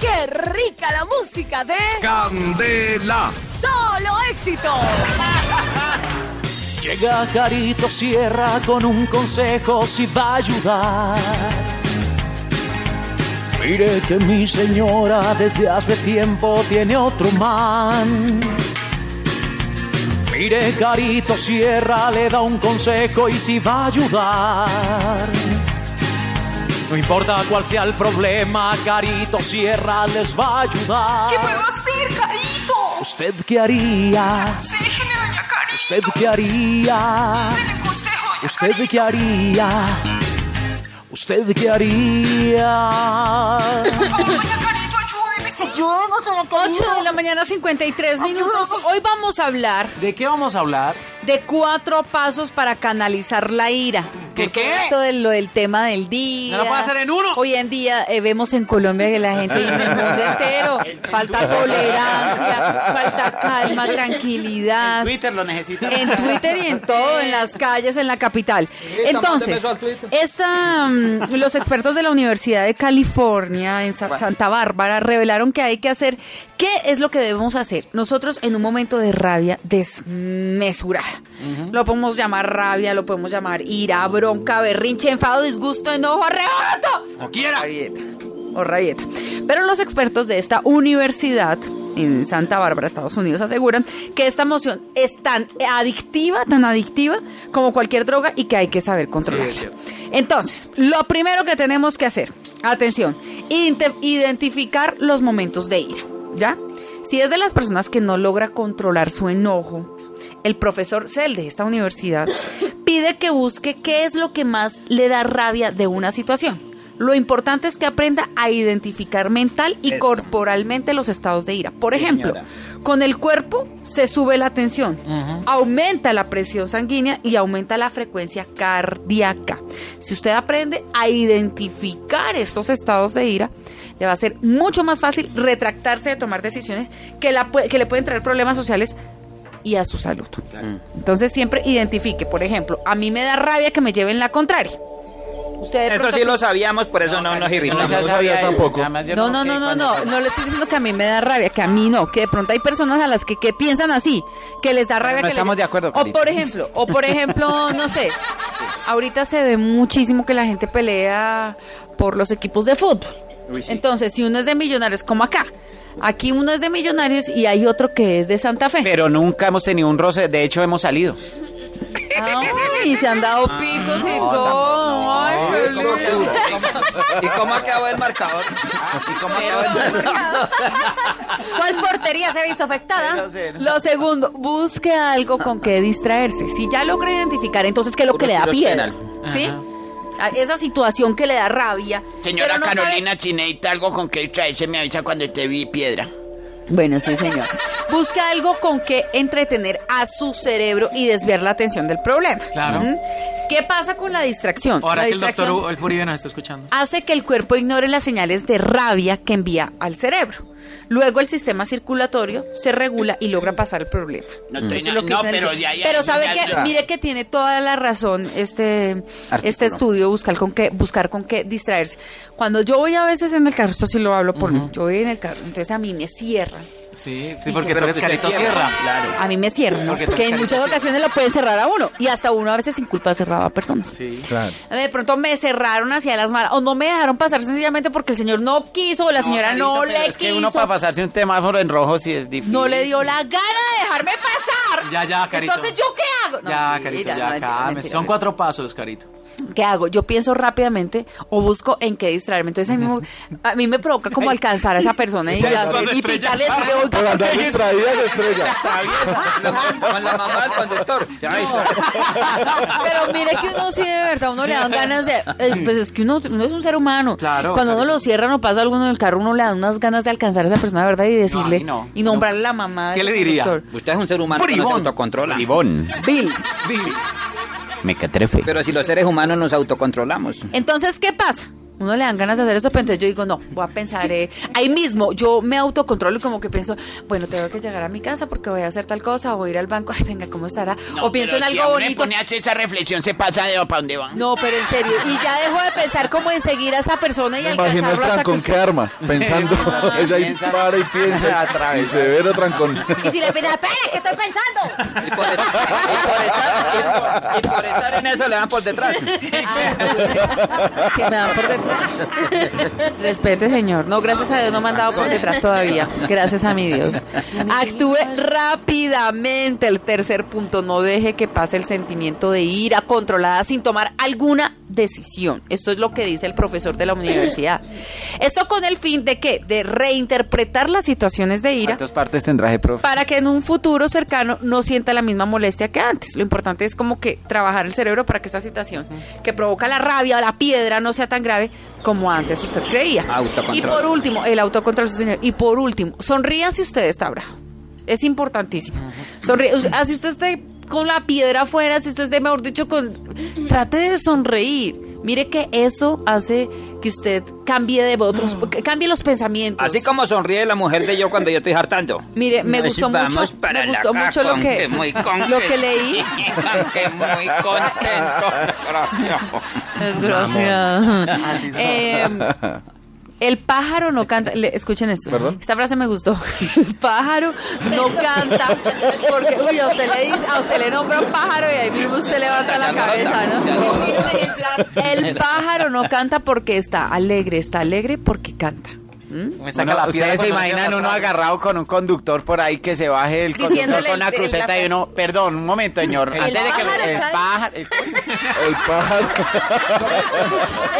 ¡Qué rica la música de Candela. Solo Éxitos! Llega Jarito Sierra con un consejo si va a ayudar. Mire que mi señora desde hace tiempo tiene otro man. Mire, Carito Sierra le da un consejo y si va a ayudar. No importa cuál sea el problema, Carito Sierra les va a ayudar. ¿Qué puedo hacer, Carito? ¿Usted qué haría? Déjeme, doña Carito. ¿Usted qué haría? Deme consejo, doña ¿Usted Carito. qué haría? ¿Usted qué haría? Por favor, doña Carito, ayúdeme, sí. Ayúdenos, señor 8 Carito. de la mañana, 53 minutos. Hoy vamos a hablar ¿De qué vamos a hablar? de cuatro pasos para canalizar la ira. ¿Qué qué? Esto de lo del tema del día. ¿No lo puede hacer en uno? Hoy en día eh, vemos en Colombia que la gente y en el mundo entero falta tolerancia, falta calma, tranquilidad. Twitter lo necesita. En Twitter y en todo, en las calles, en la capital. Entonces, esa, mm, los expertos de la Universidad de California en Sa- Santa Bárbara revelaron que hay que hacer, ¿qué es lo que debemos hacer? Nosotros en un momento de rabia desmesurada, lo podemos llamar rabia, lo podemos llamar ira, bronca, berrinche, enfado, disgusto, enojo, arrebato. Como quiera. Rabieta. O rabieta. Pero los expertos de esta universidad en Santa Bárbara, Estados Unidos, aseguran que esta emoción es tan adictiva, tan adictiva como cualquier droga y que hay que saber controlarla. Entonces, lo primero que tenemos que hacer, atención, inte- identificar los momentos de ira, ¿ya? Si es de las personas que no logra controlar su enojo, el profesor Cell de esta universidad pide que busque qué es lo que más le da rabia de una situación. Lo importante es que aprenda a identificar mental y corporalmente los estados de ira. Por ejemplo, con el cuerpo se sube la tensión, aumenta la presión sanguínea y aumenta la frecuencia cardíaca. Si usted aprende a identificar estos estados de ira, le va a ser mucho más fácil retractarse de tomar decisiones que, la pue- que le pueden traer problemas sociales y a su salud. Mm. Entonces siempre identifique, por ejemplo, a mí me da rabia que me lleven la contraria. Usted de Esto pronto- sí lo sabíamos, por eso no, nos irritamos. sabía tampoco. no, no, no, no, no, no le estoy diciendo que a mí me da rabia, que a mí no, que de pronto hay personas a las que, que piensan así, que les da rabia. que no le- estamos de acuerdo, O Carita. por ejemplo, o por ejemplo, no sé, ahorita se ve muchísimo que la gente pelea por los equipos de fútbol. Entonces, si uno es de millonarios, como acá, aquí uno es de millonarios y hay otro que es de Santa Fe. Pero nunca hemos tenido un roce. De hecho, hemos salido. Ay, se han dado Ah, picos y todo. Ay, feliz. ¿Y cómo acabó el marcador? ¿Y cómo acabó el marcador? ¿Cuál portería se ha visto afectada? Lo segundo, busque algo con que distraerse. Si ya logra identificar, entonces qué es lo que Unos le da tiros piedra. penal. ¿Sí? A Esa situación que le da rabia. Señora pero no Carolina, si necesita algo con que distraerse, me avisa cuando esté vi piedra. sabe- Bueno, sí, señor. Busque algo con que entretener a su cerebro y desviar la atención del problema. Claro. Ujú. ¿Qué pasa con la distracción? Ahora la que el doctor distracción U- el Uribe nos está escuchando. hace que el cuerpo ignore las señales de rabia que envía al cerebro. Luego el sistema circulatorio se regula y logra pasar el problema. No Mm. estoy Eso es na- lo que no, dicen el pero cien- ya- ya- pero sabe ya- que ya. mire que tiene toda la razón este este estudio buscar con qué buscar con qué distraerse. Cuando yo voy a veces en el carro, esto sí lo hablo por mí. Yo voy en el carro, entonces a mí me cierra. Sí, sí, porque Pero tú eres que te Carito cierra. Sierra. A mí me cierra, ¿no? Porque tú porque en eres muchas carita, ocasiones lo pueden cerrar a uno y hasta uno a veces sin culpa cerraba a personas. Sí. A ver, De pronto me cerraron hacia las malas o no me dejaron pasar sencillamente porque el señor no quiso o la señora no, Carito, pero le es que quiso. uno para pasarse un semáforo en rojo sí es difícil. no le dio la gana de dejarme pasar. Ya, ya, Carito. Entonces, ¿yo qué hago? No, ya, mentira, Carito, no, ya, mentira, cálmese. mentira, Son mentira. cuatro pasos, Carito. ¿Qué hago? Yo pienso rápidamente o busco en qué distraerme. Entonces, a mí, me- a mí me provoca como alcanzar a esa persona y, Ya, la- cuando y estrella. pitarle, decirle, "Oiga, Por andar distraída se estrella. Con la mamá del conductor. ¿sabes? Pero mire que uno sí, de verdad, uno le dan ganas de. eh, Pues es que uno, uno es un ser humano. Claro, Cuando uno claro. lo cierra o pasa algo en el carro, uno le dan unas ganas de alcanzar a esa persona, de verdad, y decirle. No, a mí no. y nombrarle la mamá. ¿Qué del le diría? conductor. Usted es un ser humano que no se Bribón. autocontrola. Libón, Bill. Dile. me catrefe. Pero si los seres humanos nos autocontrolamos. Entonces, ¿qué pasa? uno le dan ganas de hacer eso, pero entonces yo digo, no, voy a pensar, eh, ahí mismo yo me autocontrolo y como que pienso, bueno, tengo que llegar a mi casa porque voy a hacer tal cosa, o voy a ir al banco, ay, venga, ¿cómo estará? No, o pienso en pero si a algo uno le bonito. pone a hacer esa reflexión, se pasa de para dónde va. No, pero en serio, y ya dejo de pensar como en seguir a esa persona y Me imagino el alcanzarlo hasta trancón con... que arma, pensando. Ella ahí Piensa. para y piensa. Y Atravesa. severo trancón. Y si le pides, espere, que estoy pensando. Y por, estar, y, por estar, y por estar en eso le dan por detrás. Ah, que me dan por detrás. Respete, señor. No, gracias a Dios no me han dado por detrás todavía. Gracias a mi Dios. Actúe rápidamente. El tercer punto, no deje que pase el sentimiento de ira controlada sin tomar alguna decisión. Esto es lo que dice el profesor de la universidad. Esto con el fin de qué? De reinterpretar las situaciones de ira ¿Cuántas partes tendrá el profe? para que en un futuro cercano no sienta la misma molestia que antes. Lo importante es como que trabajar el cerebro para que esta situación que provoca la rabia o la piedra no sea tan grave como antes usted creía. Autocontrol. Y por último, el autocontrol, sí, señor. Y por último, sonría si usted está bravo. Es importantísimo. Sonríe. O sea, Si usted esté con la piedra afuera, si usted esté, mejor dicho, con... Trate de sonreír. Mire que eso hace que usted cambie de otros, que cambie los pensamientos. Mm. Así como sonríe la mujer de yo cuando yo estoy hartando. Mire, me Nos gustó vamos mucho, para me la gustó caja, mucho lo que, aunque muy contento. lo que leí. Aunque muy contento. Desgraciado. Eh, el pájaro no canta. le- escuchen esto. ¿Perdón? Esta frase me gustó. El pájaro no canta porque, uy, a usted le dice, a usted le nombra un pájaro y ahí mismo usted levanta la Se alborota, cabeza, se ¿no? alborota. El pájaro no canta porque está alegre, está alegre porque canta. Me saca la piedra Ustedes se cuando imaginan hacen uno atrás. agarrado con un conductor por ahí que se baje el conductor Diciéndole con una el- el- la cruceta y uno, perdón, un momento, señor. Antes de que pájaro el canta. pájaro. el- El pájaro.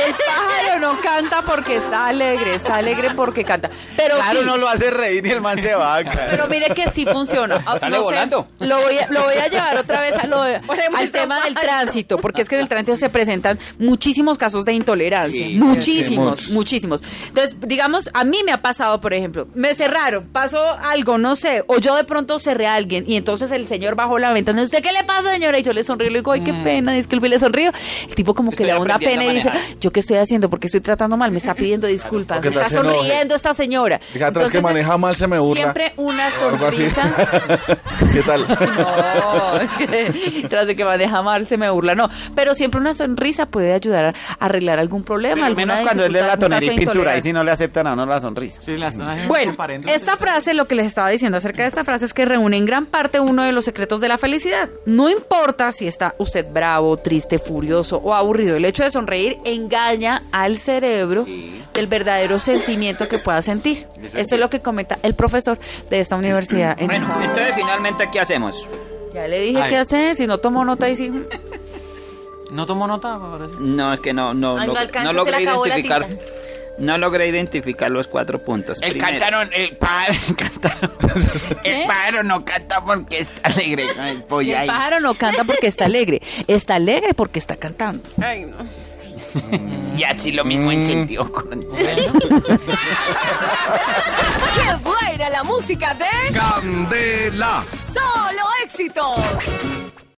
El pájaro no canta porque está alegre, está alegre porque canta. Pero Claro, sí, uno lo hace reír y el man se va. cara. Pero mire que sí funciona. Ah, Sale volando. Lo voy, a, lo voy a llevar otra vez a lo de- Ponemos al tema esta del parte. tránsito, porque es que en el tránsito se presentan muchísimos casos de intolerancia. Sí, muchísimos, muchos. muchísimos. Entonces, digamos, a mí me ha pasado, por ejemplo, me cerraron, pasó algo, no sé, o yo de pronto cerré a alguien y entonces el señor bajó la ventana. ¿Usted qué le pasa, señora? Y yo le sonrío y le digo, ay, qué pena, disculpe, y le sonrío. El tipo como que Mm. Estoy le da una aprendiendo pena y a dice, manejar. ¿yo qué estoy haciendo? Porque estoy tratando mal, me está pidiendo disculpas, Porque está tal se enoje. sonriendo esta señora. Diga, atrás que Entonces, maneja mal, se me burla. Siempre una Algo así. sonrisa. ¿Qué tal? No, es que tras de que maneja mal se me burla, no. Pero siempre una sonrisa puede ayudar a arreglar algún problema. Al alguna menos cuando es de la dificultad, algún tonería y caso de pintura, ahí intolerancia. si no le aceptan a uno la sonrisa. Sí, las están haciendo Bueno, transparentes. esta frase, lo que les estaba diciendo acerca de esta frase es que reúne en gran parte uno de los secretos de la felicidad. No importa si está usted bravo, triste, furioso o aburrido, el hecho de sonreír engaña al cerebro del verdadero sentimiento que pueda sentir. Eso es lo que comenta el profesor de esta universidad en Bueno, Estados entonces finalmente, ¿qué hacemos? Unidos. Ya le dije Ay. qué hacer, si no tomo nota y si... No tomo nota, parece. No, es que no, no, Ay, no log- no alcanzo, se logré le acabó la identificar. tinta. No logré identificar los cuatro puntos. El Primero, cantaron, el pájaro, el cántaro. El pájaro no canta porque está alegre con el pollo ¿Eh? El ahí. pájaro no canta porque está alegre. Está alegre porque está cantando. Ay, no. Y así lo mismo Mm. en sentido con. ¡Qué buena la música de Candela. Solo Éxitos!